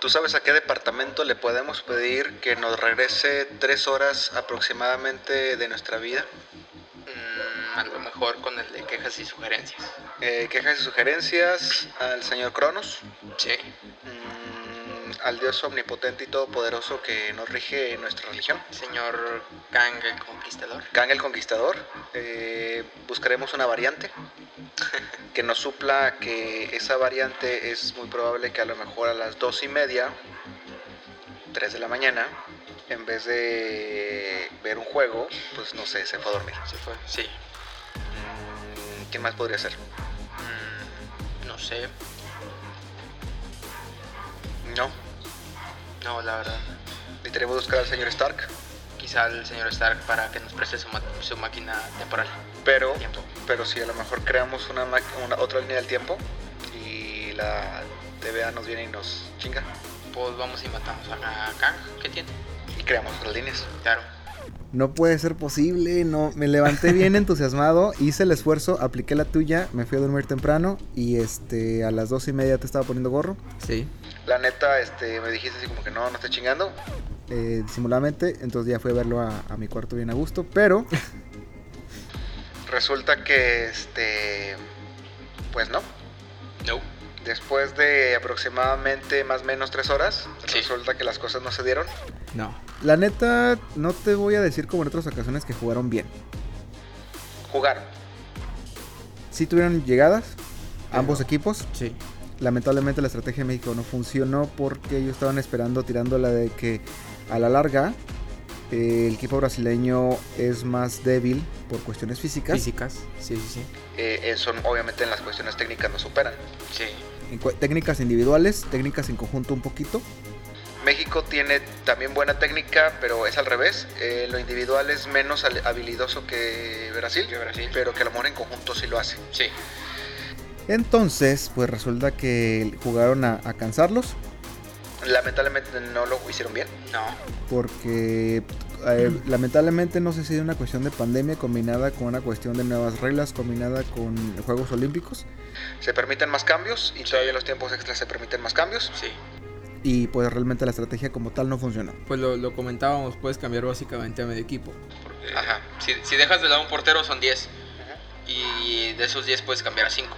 ¿Tú sabes a qué departamento le podemos pedir que nos regrese tres horas aproximadamente de nuestra vida? Mm, a lo mejor con el de quejas y sugerencias. Eh, quejas y sugerencias al señor Cronos, Sí. mm, al Dios omnipotente y todopoderoso que nos rige en nuestra religión. Señor Kang el Conquistador. Kang el Conquistador. eh, buscaremos una variante que nos supla que esa variante es muy probable que a lo mejor a las dos y media, 3 de la mañana, en vez de ver un juego, pues no sé, se fue a dormir. Se fue. Sí. Mm, ¿Quién más podría ser? Mm, no sé. No. No, la verdad. Y tenemos que buscar al señor Stark, Quizá el señor Stark para que nos preste su, ma- su máquina temporal. pero, Tiempo. pero si a lo mejor creamos una, ma- una otra línea del tiempo y la TVA nos viene y nos chinga Pues vamos y matamos a, a Kang. ¿Qué tiene? y creamos otras líneas. Claro. No puede ser posible, no. Me levanté bien entusiasmado, hice el esfuerzo, apliqué la tuya, me fui a dormir temprano y este a las dos y media te estaba poniendo gorro. Sí. La neta, este, me dijiste así como que no, no esté chingando. eh, disimuladamente, entonces ya fui a verlo a, a mi cuarto bien a gusto, pero Resulta que, este, pues no. No. Después de aproximadamente más o menos tres horas, Sí. resulta que las cosas no se dieron. No. la neta no te voy a decir como en otras ocasiones que jugaron bien. Jugaron. Sí tuvieron llegadas, ambos equipos. Sí. Lamentablemente la estrategia de México no funcionó porque ellos estaban esperando tirando la de que a la larga eh, el equipo brasileño es más débil por cuestiones físicas. Físicas. Sí, sí, sí. Eh, eso obviamente en las cuestiones técnicas no superan. Sí. En cu- técnicas individuales, técnicas en conjunto un poquito. México tiene también buena técnica, pero es al revés. Eh, lo individual es menos al- habilidoso que Brasil, Que Brasil. pero que a lo mejor en conjunto sí lo hace. Sí. Entonces, pues resulta que jugaron a, a cansarlos Lamentablemente no lo hicieron bien. No. porque eh, lamentablemente no sé si es una cuestión de pandemia combinada con una cuestión de nuevas reglas combinada con Juegos Olímpicos Se permiten más cambios y todavía los tiempos extras se permiten más cambios. Sí. y pues realmente la estrategia como tal no funcionó. Pues lo, lo comentábamos, puedes cambiar básicamente a medio equipo. Porque, Ajá. Si, si dejas de lado un portero son 10. Y de esos 10 puedes cambiar a 5.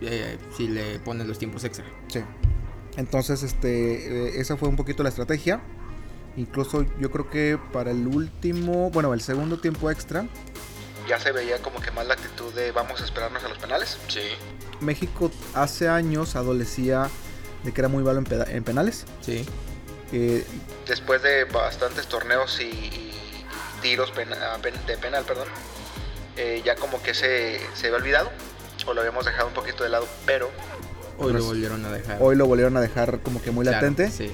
eh, si le pones los tiempos extra. Sí. Entonces, este, eh, esa fue un poquito la estrategia. Incluso yo creo que para el último, bueno, el segundo tiempo extra, Ya se veía como que más la actitud de vamos a esperarnos a los penales. Sí. México hace años adolecía de que era muy malo en, peda- en penales. Sí. Eh, Después de bastantes torneos y, y tiros pena- ah, pen- de penal, perdón, eh, ya como que se, se había olvidado o lo habíamos dejado un poquito de lado, pero Hoy Res- lo volvieron a dejar. hoy lo volvieron a dejar como que muy Claro, latente. Sí.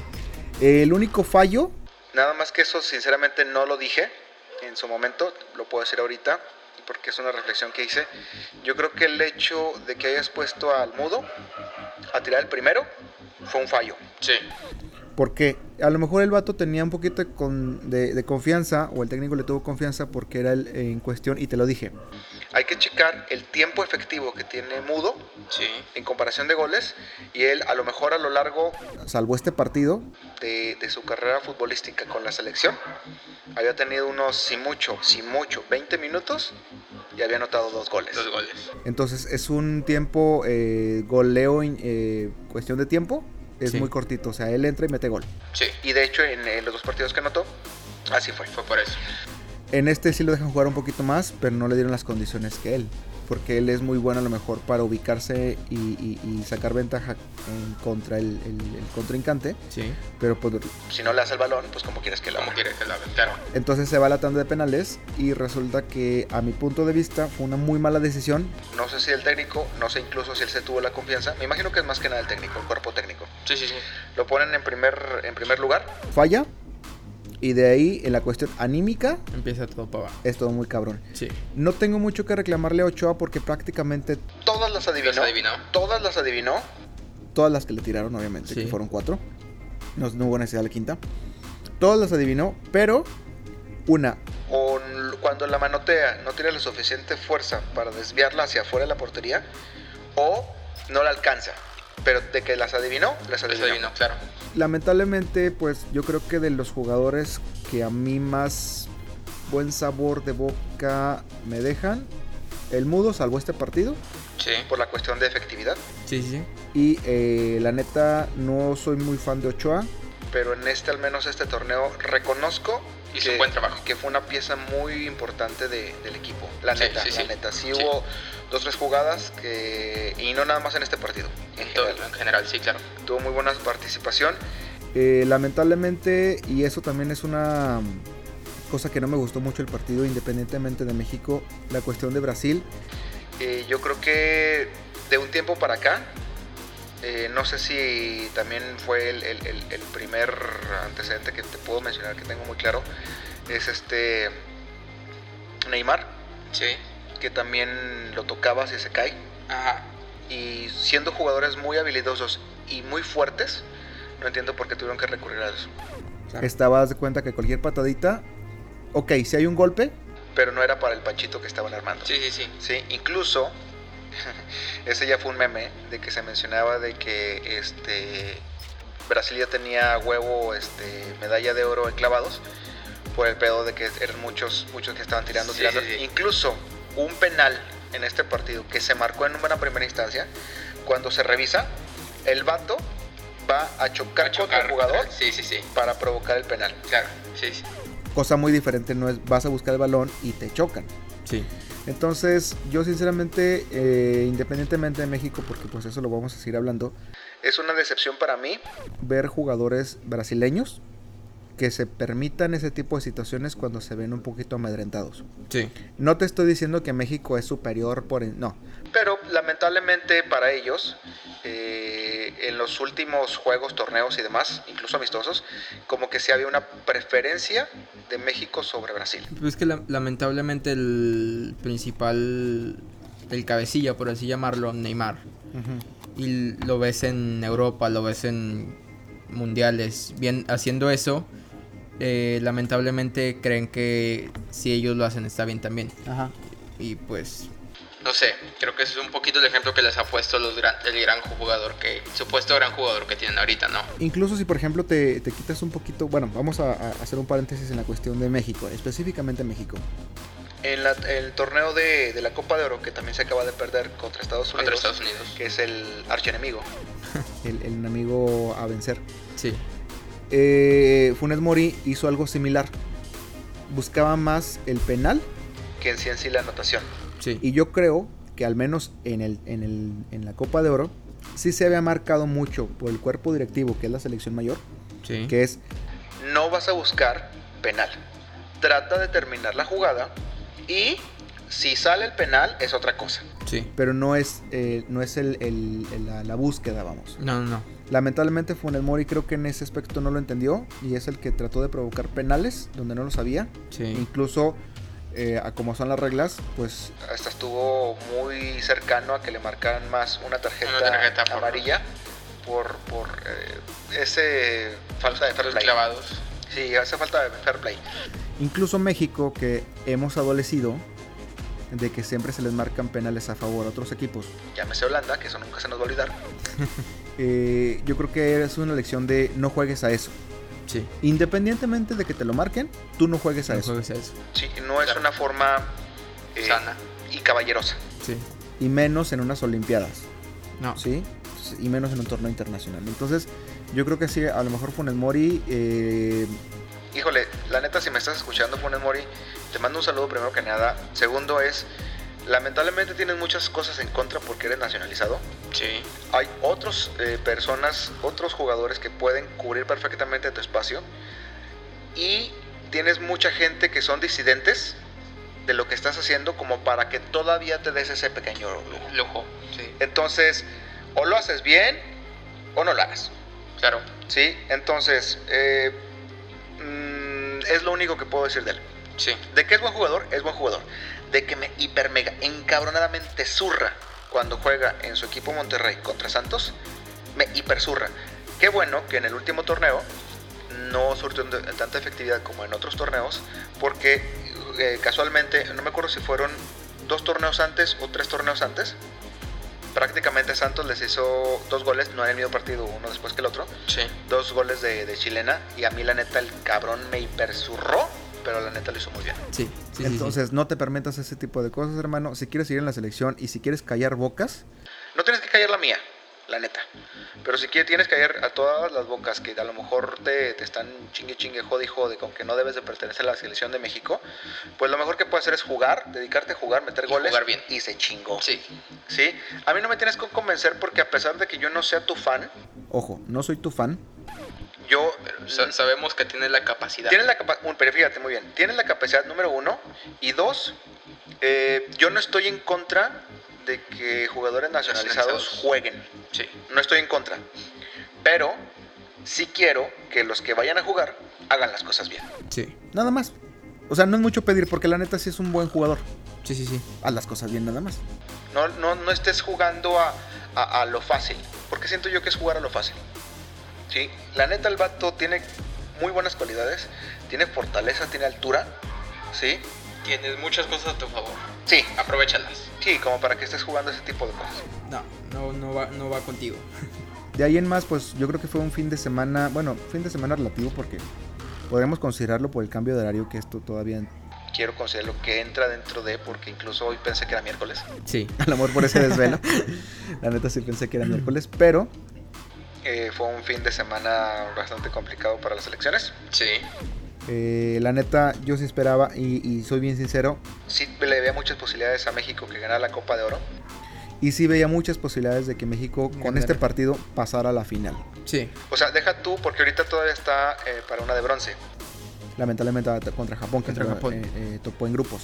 El único fallo, Nada más que eso, sinceramente, no lo dije en su momento, lo puedo decir ahorita, porque es una reflexión que hice. Yo creo que el hecho de que hayas puesto al mudo a tirar el primero fue un fallo. Sí. porque a lo mejor el vato tenía un poquito de, con- de- de confianza, o el técnico le tuvo confianza porque era el en cuestión, y te lo dije. Hay que checar el tiempo efectivo que tiene mudo Sí. en comparación de goles y él a lo mejor a lo largo Salvo este partido, de, de su carrera futbolística con la selección había tenido unos, si mucho, si mucho, 20 minutos y había anotado dos goles. Los goles. entonces es un tiempo, eh, goleo, in- eh, cuestión de tiempo, es Sí. muy cortito, o sea, él entra y mete gol. Sí. Y de hecho en, eh, los dos partidos que anotó, así fue. Fue por eso. En este sí lo dejan jugar un poquito más, pero no le dieron las condiciones que él. Porque él es muy bueno a lo mejor para ubicarse y, y- y sacar ventaja en contra el, el- el contrincante. Sí. Pero pues, si no le das el balón, pues como quieres que lo Como haga. quieres que lo hagan. Claro. entonces se va a la tanda de penales y resulta que a mi punto de vista fue una muy mala decisión. No sé si el técnico, no sé incluso si él se tuvo la confianza. Me imagino que es más que nada el técnico, el cuerpo técnico. Sí, sí, sí. Lo ponen en primer, en primer lugar. Falla. Y de ahí en la cuestión anímica Empieza todo para abajo. es todo muy cabrón. Sí. No tengo mucho que reclamarle a Ochoa porque prácticamente Todas las adivinó. Las adivinó. Todas las adivinó. todas las que le tiraron, obviamente, Sí. que fueron cuatro. No, no hubo necesidad de la quinta. Todas las adivinó, pero una. O n- cuando la manotea no tiene la suficiente fuerza para desviarla hacia afuera de la portería. O no la alcanza. Pero de que las adivinó, las Eso adivinó. adivinó, claro. Lamentablemente, pues yo creo que de los jugadores que a mí más buen sabor de boca me dejan, el mudo salvó este partido. Sí. Por la cuestión de efectividad. Sí, sí, sí. Y eh, la neta, no soy muy fan de Ochoa. Pero en este, al menos este torneo, reconozco Hizo un buen trabajo. que fue una pieza muy importante de- del equipo. La Sí, neta, sí, la sí. neta. Sí, Sí. hubo dos, tres jugadas que... Y no nada más en este partido. En En, todo, general. en general, sí, claro. Tuvo muy buena participación. Eh, lamentablemente, y eso también es una mm, cosa que no me gustó mucho el partido, independientemente de México, la cuestión de Brasil. Eh, yo creo que de un tiempo para acá, eh, no sé si también fue el, el- el- el primer antecedente que te puedo mencionar que tengo muy claro, es este Neymar, Sí. que también lo tocaba si se cae. Ajá. Y siendo jugadores muy habilidosos y muy fuertes, no entiendo por qué tuvieron que recurrir a eso. Claro. Estabas de cuenta que cualquier patadita, ok, si hay un golpe, Pero no era para el Pachito que estaban armando. Sí, sí, sí. Sí, incluso ese ya fue un meme de que se mencionaba de que este Brasil ya tenía huevo este medalla de oro en clavados por el pedo de que eran muchos muchos que estaban tirando Sí, tirando. sí, sí. Incluso un penal en este partido que se marcó en una primera instancia cuando se revisa el vato va a chocar, contra el Chocar, jugador Sí, sí, sí. para provocar el penal. Claro. Sí, sí. cosa muy diferente, no es, vas a buscar el balón y te chocan. Sí. Entonces, yo sinceramente, eh, independientemente de México, porque pues eso lo vamos a seguir hablando, Es una decepción para mí ver jugadores brasileños que se permitan ese tipo de situaciones cuando se ven un poquito amedrentados. Sí. No te estoy diciendo que México es superior por... en- No, Pero lamentablemente para ellos, eh, en los últimos juegos, torneos y demás, incluso amistosos, como que sí había una preferencia de México sobre Brasil. Pues que la- lamentablemente el principal, el cabecilla, por así llamarlo, Neymar. Y lo ves en Europa, lo ves en mundiales. Bien, haciendo eso, eh, lamentablemente creen que si ellos lo hacen está bien también. Ajá. Y pues, No sé, creo que ese es un poquito el ejemplo que les ha puesto los gran- el gran jugador que, supuesto gran jugador que tienen ahorita, ¿no? Incluso si, por ejemplo, te, te quitas un poquito... Bueno, vamos a, a hacer un paréntesis en la cuestión de México, específicamente México. En la- el torneo de, de la Copa de Oro, que también se acaba de perder contra Estados Unidos, Contra Estados Unidos. que es el archienemigo. El, el enemigo a vencer. sí. Eh, Funes Mori hizo algo similar. Buscaba más el penal que en sí en sí la anotación. Sí. Y yo creo que al menos en, el, en, el, en la Copa de Oro sí se había marcado mucho por el cuerpo directivo, que es la selección mayor, sí. que es No vas a buscar penal. Trata de terminar la jugada y si sale el penal es otra cosa. Sí. pero no es, eh, no es el, el- el- la, la búsqueda, vamos. No, no, no. Lamentablemente Funes Mori creo que en ese aspecto no lo entendió y es el que trató de provocar penales donde no lo sabía. Sí. Incluso, eh, a como son las reglas, pues hasta estuvo muy cercano a que le marcaran más una tarjeta, Una tarjeta por- amarilla por, por eh, ese falta de fair Los play. clavados. Sí, esa falta de fair play. incluso México, que hemos adolecido de que siempre se les marcan penales a favor a otros equipos, Llámese Holanda, que eso nunca se nos va a olvidar. Eh, yo creo que es una lección de no juegues a eso. Sí. Independientemente de que te lo marquen, tú no juegues a No eso. juegues a eso. Sí, no es Claro. una forma eh, Sana. y caballerosa. Sí. Y menos en unas Olimpiadas, No. ¿sí? Y menos en un torneo internacional. Entonces, yo creo que sí, a lo mejor Funes Mori, eh, Híjole, la neta, si me estás escuchando, Funes Mori, te mando un saludo primero que nada. Segundo es, lamentablemente tienes muchas cosas en contra porque eres nacionalizado. Sí. hay otros eh, personas, otros jugadores que pueden cubrir perfectamente tu espacio y tienes mucha gente que son disidentes de lo que estás haciendo como para que todavía te des ese pequeño lujo. Lujo. Sí. Entonces, o lo haces bien o no lo hagas, Claro. ¿sí? Entonces, eh, mm, es lo único que puedo decir de él. Sí. De que es buen jugador, es buen jugador. De que me hiper mega encabronadamente zurra cuando juega en su equipo Monterrey contra Santos, me hiper zurra. Qué bueno que en el último torneo no surtió de- tanta efectividad como en otros torneos, porque eh, casualmente, no me acuerdo si fueron dos torneos antes o tres torneos antes, prácticamente Santos les hizo dos goles, no en el mismo partido, uno después que el otro. Sí. Dos goles de, de chilena y a mí la neta el cabrón me hiperzurró, pero la neta lo hizo muy bien. Sí, sí, sí, sí. Entonces, no te permitas ese tipo de cosas, hermano. Si quieres seguir en la selección y si quieres callar bocas, No tienes que callar la mía, la neta. Pero si quieres, tienes que callar a todas las bocas que a lo mejor te, te están chingue chingue, jode y jode, con que no debes de pertenecer a la selección de México, pues lo mejor que puedes hacer es jugar, dedicarte a jugar, meter Y goles jugar bien. y se chingó. Sí. ¿Sí? A mí no me tienes que convencer porque a pesar de que yo no sea tu fan, ojo, no soy tu fan. yo... Sa- sabemos que tiene la capacidad. Tienes la capacidad, pero fíjate muy bien, tienes la capacidad número uno y dos, eh, yo no estoy en contra de que jugadores nacionalizados Nacionalizados. jueguen, Sí. no estoy en contra, pero sí quiero que los que vayan a jugar hagan las cosas bien. Sí, Nada más. O sea, no es mucho pedir porque la neta sí es un buen jugador. sí, sí, sí. Haz las cosas bien nada más. No, no, no estés jugando a, a- a lo fácil, porque siento yo que es jugar a lo fácil. Sí, la neta el vato tiene muy buenas cualidades, tiene fortaleza, tiene altura, ¿sí? Tienes muchas cosas a tu favor. Sí, Aprovechalas. sí, como para que estés jugando ese tipo de cosas. No, no, no, va, no va contigo. De ahí en más, pues yo creo que fue un fin de semana, bueno, fin de semana relativo porque podríamos considerarlo por el cambio de horario que esto todavía... quiero considerar lo que entra dentro de, porque incluso hoy pensé que era miércoles. Sí, Al amor por ese desvelo. la neta sí pensé que era miércoles, pero Eh, fue un fin de semana bastante complicado para las elecciones. Sí. eh, la neta yo sí esperaba y, y soy bien sincero. Sí le veía muchas posibilidades a México que ganara la Copa de Oro. Y sí veía muchas posibilidades de que México con Ganara. este partido pasara a la final. sí. O sea, deja tú, porque ahorita todavía está eh, para una de bronce. Lamentablemente contra Japón, que Contra entró- Japón. eh, eh, topó en grupos.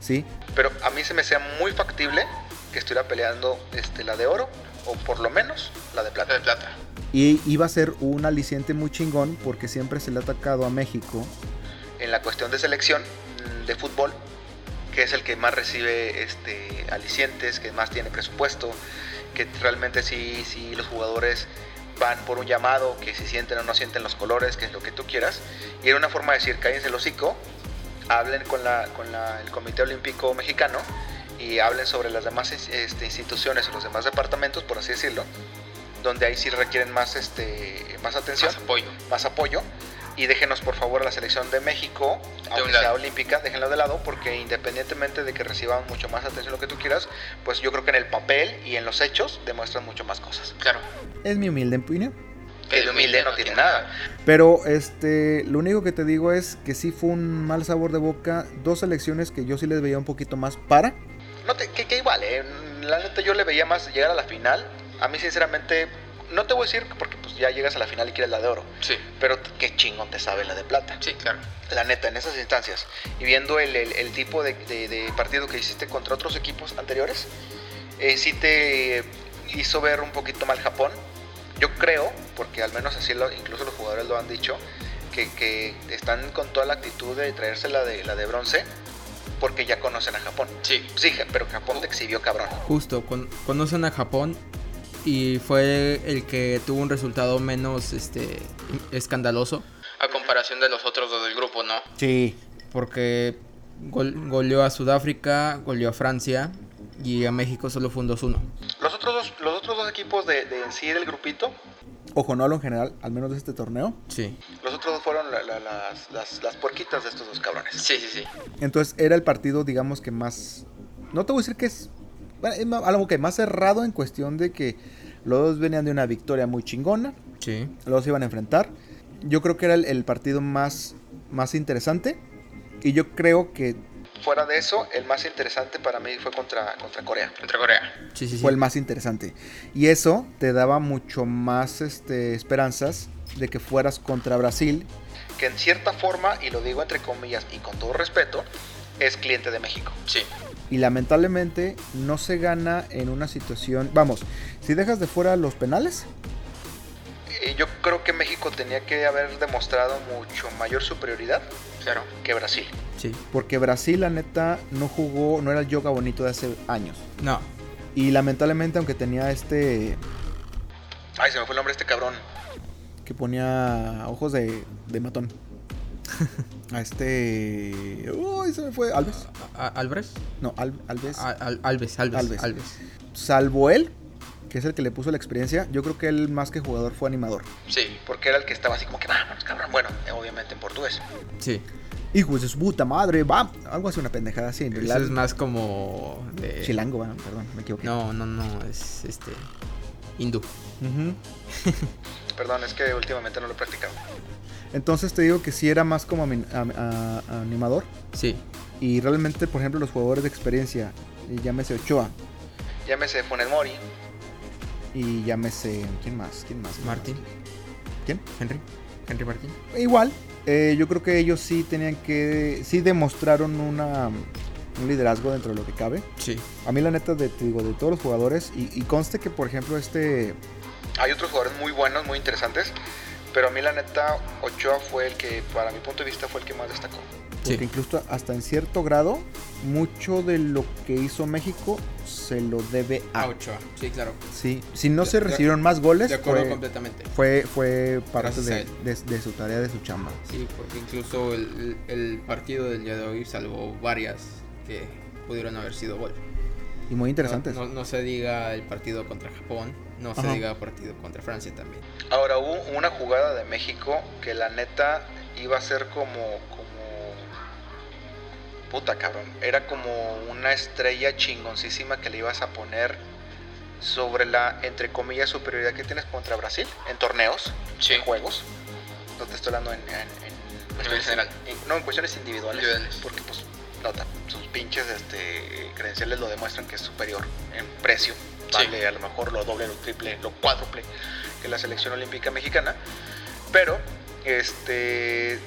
¿Sí? Pero a mí se me sea muy factible que estuviera peleando este, la de oro, o por lo menos la de La plata. de plata. Y iba a ser un aliciente muy chingón porque siempre se le ha atacado a México. En la cuestión de selección mm, de fútbol, que es el que más recibe este, alicientes, que más tiene presupuesto, que realmente sí, sí los jugadores van por un llamado, que si sienten o no sienten los colores, que es lo que tú quieras. Y era una forma de decir, cállense el hocico, hablen con, la, con la- el Comité Olímpico Mexicano y hablen sobre las demás ins- este, instituciones o los demás departamentos, por así decirlo, donde ahí sí requieren más, este, más atención Más apoyo. más apoyo y déjenos por favor a la selección de México, aunque lado. sea olímpica, déjenlo de lado porque independientemente de que reciban mucho más atención lo que tú quieras, pues yo creo que en el papel y en los hechos demuestran mucho más cosas. Claro. Es mi humilde opinión. Que de humilde no tiene nada. Pero este, lo único que te digo es que sí fue un mal sabor de boca. Dos selecciones que yo sí les veía un poquito más para. No te- que, que igual, eh, la neta yo le veía más llegar a la final. A mí sinceramente no te voy a decir porque pues ya llegas a la final y quieres la de oro, Sí. pero qué chingón te sabe la de plata. Sí, claro. La neta, en esas instancias. Y viendo el, el- el tipo de, de- de partido que hiciste contra otros equipos anteriores, eh, sí te hizo ver un poquito mal Japón. Yo creo, porque al menos así lo- incluso los jugadores lo han dicho, que, que están con toda la actitud de traerse la de, la de bronce, porque ya conocen a Japón. Sí. Sí, ja- pero Japón te exhibió cabrón. Justo, con- conocen a Japón y fue el que tuvo un resultado menos este escandaloso A comparación de los otros dos del grupo, ¿no? Sí. porque gol- goleó a Sudáfrica, goleó a Francia y a México solo fue un 2-1. Los otros dos, los otros dos equipos de, de en sí del grupito, Ojo, no hablo en general, al menos de este torneo. Sí, los otros dos fueron la- la- las, las, las puerquitas de estos dos cabrones. Sí, sí, sí. Entonces era el partido, digamos que más. No te voy a decir que es. Bueno, es ma- algo que más cerrado en cuestión de que los dos venían de una victoria muy chingona. sí, los iban a enfrentar. Yo creo que era el, el partido más, más interesante. Y yo creo que Fuera de eso, el más interesante para mí fue contra, contra Corea. Contra Corea. sí, sí. sí. fue el más interesante. Y eso te daba mucho más este, esperanzas de que fueras contra Brasil. que en cierta forma, y lo digo entre comillas y con todo respeto, es cliente de México. Sí. Y lamentablemente no se gana en una situación... Vamos, si dejas de fuera los penales, Y yo creo que México tenía que haber demostrado mucho mayor superioridad Claro. que Brasil. Sí. porque Brasil la neta no jugó, no era el yoga bonito de hace años. No, Y lamentablemente aunque tenía este... Ay, se me fue el nombre de este cabrón. que ponía ojos de, de matón. A este. Uy, se me fue. Alves. A- a- Alvarez? No, Al- Alves. Ah. Al- Al- Alves, Alves, Alves. Alves, Salvo él, que es el que le puso la experiencia, yo creo que él más que jugador fue animador. Sí, Porque era el que estaba así como que vámonos, cabrón. Bueno, obviamente en portugués. Sí. Hijos de su puta madre, va. Algo así, una pendejada así. en Eso realidad, es más como. de- Chilango, va, perdón, me equivoqué. No, no, no, es este. Hindú. Ujú. Perdón, es que últimamente no lo he practicado. Entonces te digo que sí era más como amin- a- a- animador. Sí. Y realmente, por ejemplo, los jugadores de experiencia, y llámese Ochoa Llámese Funes Mori, y llámese. ¿Quién más? ¿Quién más? Martín. ¿Quién? Henry. Henry Martín. Igual, eh, yo creo que ellos sí tenían que. Sí demostraron una, un liderazgo dentro de lo que cabe. Sí. A mí, la neta, de, te digo, de todos los jugadores, y, y conste que, por ejemplo, este. Hay otros jugadores muy buenos, muy interesantes, pero a mí la neta Ochoa fue el que, para mi punto de vista, fue el que más destacó. Sí. Porque incluso hasta en cierto grado, mucho de lo que hizo México se lo debe a. Ochoa. Sí, claro. Sí, si no De- se de- recibieron más goles, De acuerdo fue- completamente. fue, fue parte Gracias de, a él. de- de su tarea, de su chamba. Sí, porque incluso el, el partido del día de hoy salvó varias que pudieron haber sido gol. Y muy interesantes. No, no- no se diga el partido contra Japón, no se Ajá. diga el partido contra Francia también. Ahora hubo una jugada de México que la neta iba a ser como, como... Puta cabrón, era como una estrella chingoncísima que le ibas a poner sobre la, entre comillas, superioridad que tienes contra Brasil en torneos, sí. en juegos. No te estoy hablando en... en- en nivel general. en- no, en cuestiones individuales, Individuales. porque pues nota, sus pinches este, credenciales lo demuestran que es superior en precio, vale a lo mejor lo doble, lo triple, lo cuádruple que la selección olímpica mexicana, pero este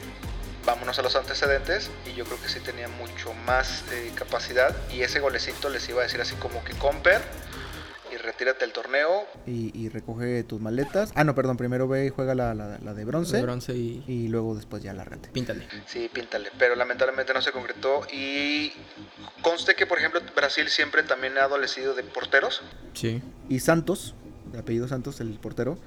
vámonos a los antecedentes y yo creo que sí tenía mucho más eh, capacidad y ese golecito les iba a decir así como que comper y retírate del torneo Y, y recoge tus maletas. Ah, no, perdón, primero ve y juega la, la- la de bronce. De bronce y Y luego después ya la rente. píntale. Sí, píntale, pero lamentablemente no se concretó y conste que por ejemplo Brasil siempre también ha adolecido de porteros. Sí, Y Santos, de apellido Santos, el portero,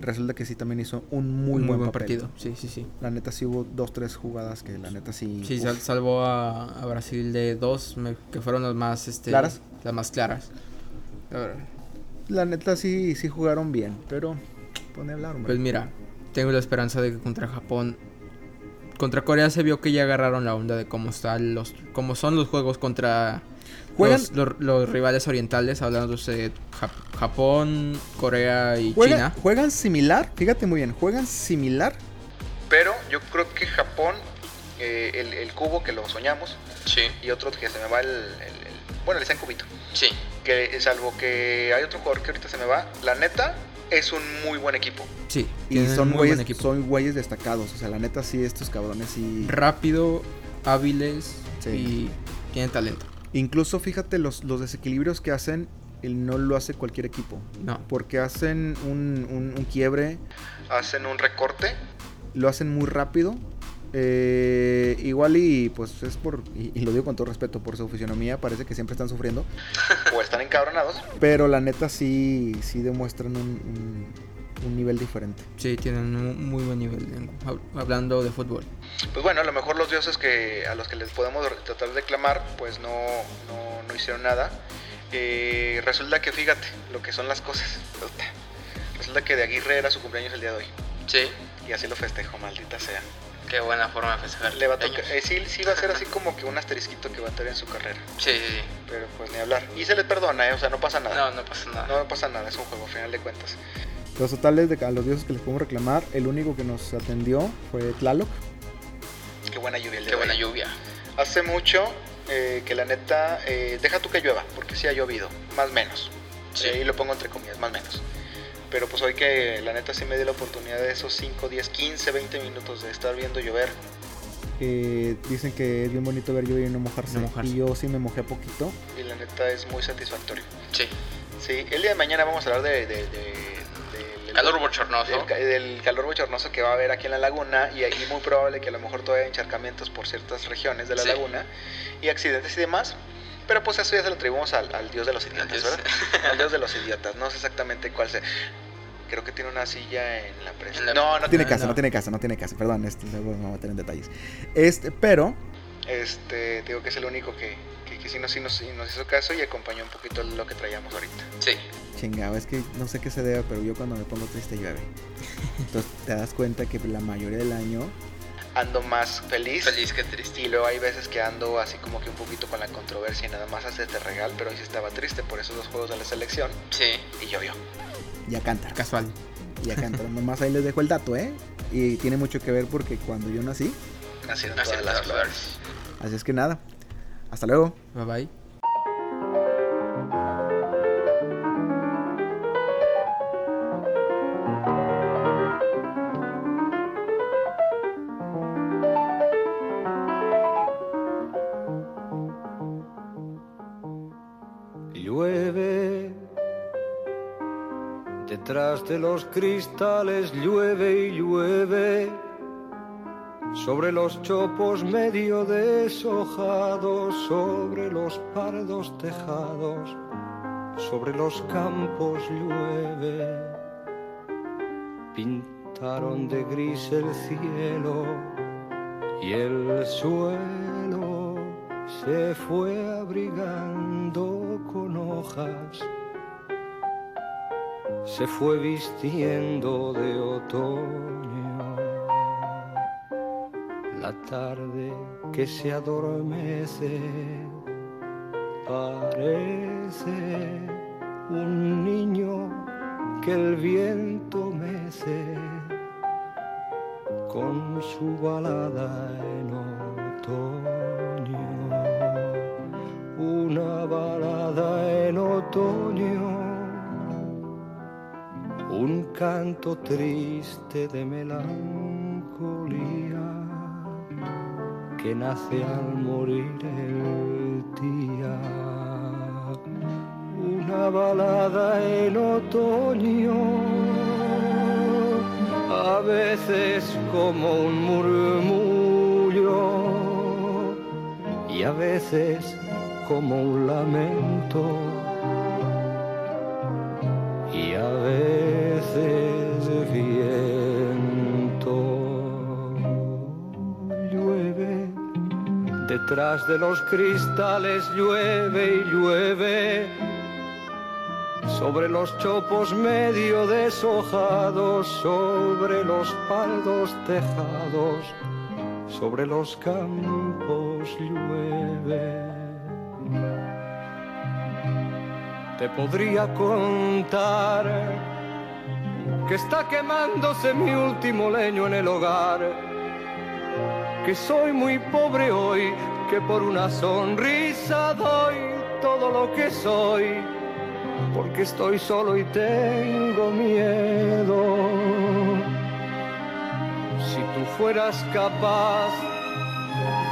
resulta que sí también hizo un muy, buen, papel. partido. Sí, sí, sí. La neta sí hubo dos, tres jugadas que la neta sí... Sí, uf. sal- salvó a, a Brasil de dos me- que fueron las más este, ¿Claras? Las más claras. A ver, La neta sí, sí jugaron bien, pero pone a hablar, hombre. Pues mira, tengo la esperanza de que contra Japón, contra Corea se vio que ya agarraron la onda de cómo están los, cómo son los juegos contra Juegan- los, los- los rivales orientales, hablando de Jap- Japón, Corea y Juegan- China. juegan similar, fíjate muy bien, juegan similar Pero yo creo que Japón, eh, el, el cubo que lo soñamos, Sí, y otro que se me va el. el- el- bueno, le decían cubito. sí. Que salvo que hay otro jugador que ahorita se me va, la neta es un muy buen equipo. Sí, Y tienen son muy buen güeyes, equipo. son güeyes destacados. O sea, la neta, sí, estos cabrones sí. rápido, hábiles Sí. y tienen talento. Incluso fíjate los, los desequilibrios que hacen, él no lo hace cualquier equipo. No, Porque hacen un, un- un quiebre, Hacen un recorte. lo hacen muy rápido. eh, igual y pues es por, y, y lo digo con todo respeto, por su fisionomía, parece que siempre están sufriendo. o están encabronados. Pero la neta sí, sí demuestran un, un- un nivel diferente. sí tienen un muy buen nivel en- hab- hablando de fútbol. Pues bueno, a lo mejor los dioses que a los que les podemos tratar de clamar, pues no, no, no hicieron nada. Eh, resulta que fíjate lo que son las cosas. Puta. Resulta que de Aguirre era su cumpleaños el día de hoy. Sí, Y así lo festejo, maldita sea. qué buena forma de festejar. Le va a años. tocar- eh, sí, sí va a ser así como que un asterisquito que va a tener en su carrera. Sí, sí, sí. Pero pues ni hablar. Y se le perdona, ¿eh? o sea, no pasa No, nada. no pasa No, nada. pasa nada, es un juego, a final de cuentas. Los totales de a los dioses que les podemos reclamar, el único que nos atendió fue Tlaloc. Qué buena lluvia el día Qué de buena hoy. lluvia. Hace mucho eh, que la neta, eh, deja tú que llueva, porque sí ha llovido, más o menos. Sí. Y ahí lo pongo entre comillas, más o menos. Pero pues hoy que la neta sí me dio la oportunidad de esos 5, 10, 15, 20 minutos de estar viendo llover. Eh, dicen que es bien bonito ver lluvia y no mojarse. No mojarse. Y yo sí me mojé poquito. Y la neta es muy satisfactorio. Sí. Sí, el día de mañana vamos a hablar de... de- de- del- Calor bochornoso. del, ca- del calor bochornoso que va a haber aquí en la laguna y ahí muy probable que a lo mejor todavía hay encharcamientos por ciertas regiones de la Sí. laguna y accidentes y demás. Pero pues eso ya se lo atribuimos al, al dios de los idiotas, Dios. ¿verdad? Al dios de los idiotas. No sé exactamente cuál sea. Creo que tiene una silla en la prensa. En la- No, no No tiene tiene. Ah, casa, no. no. tiene casa, no tiene casa. Perdón, este, luego me voy a meter en detalles. Este, pero Este, digo que es el único que, que que sí nos, sí nos, sí nos hizo caso y acompañó un poquito lo que traíamos ahorita. Sí. Chingado, es que no sé qué se debe, pero yo cuando me pongo triste llueve. Entonces te das cuenta que la mayoría del año Ando más feliz. Feliz que triste. Y luego hay veces que ando así como que un poquito con la controversia y nada más hace este regal, pero hoy sí estaba triste por esos dos juegos de la selección Sí. y llovió. ya canta. Casual. Ya canta. Nomás ahí les dejo el dato, ¿eh? Y tiene mucho que ver porque cuando yo nací. Nacieron Así todas las las flores. flores. Así es que nada. Hasta luego. Bye bye. Llueve, detrás de los cristales llueve y llueve, sobre los chopos medio deshojados, sobre los pardos tejados, sobre los campos llueve. Pintaron de gris el cielo y el suelo se fue abrigando con hojas, se fue vistiendo de otoño. La tarde que se adormece parece un niño que el viento mece con su balada en otoño, una balada en otoño, un canto triste de melancolía que nace al morir el día. Una balada en otoño, a veces como un murmullo y a veces como un lamento y a veces viento. Llueve detrás de los cristales, llueve y llueve sobre los chopos medio deshojados, sobre los paldos tejados, sobre los campos llueve. Te podría contar que está quemándose mi último leño en el hogar que soy muy pobre hoy, que por una sonrisa doy todo lo que soy, porque estoy solo y tengo miedo. Si tú fueras capaz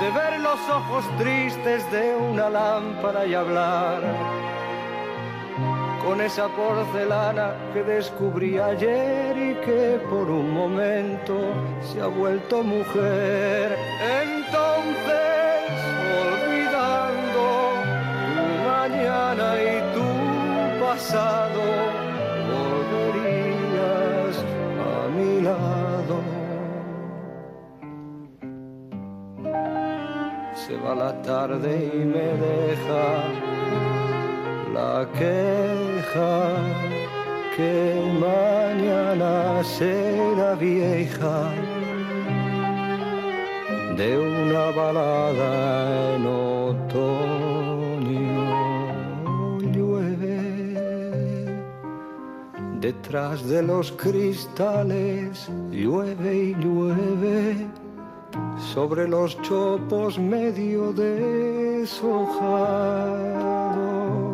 de ver los ojos tristes de una lámpara y hablar con esa porcelana que descubrí ayer y que por un momento se ha vuelto mujer. Entonces, olvidando tu mañana y tu pasado, volverías a mi lado. Se va la tarde y me deja la queja que mañana será vieja de una balada en otoño llueve detrás de los cristales llueve y llueve sobre los chopos medio deshojados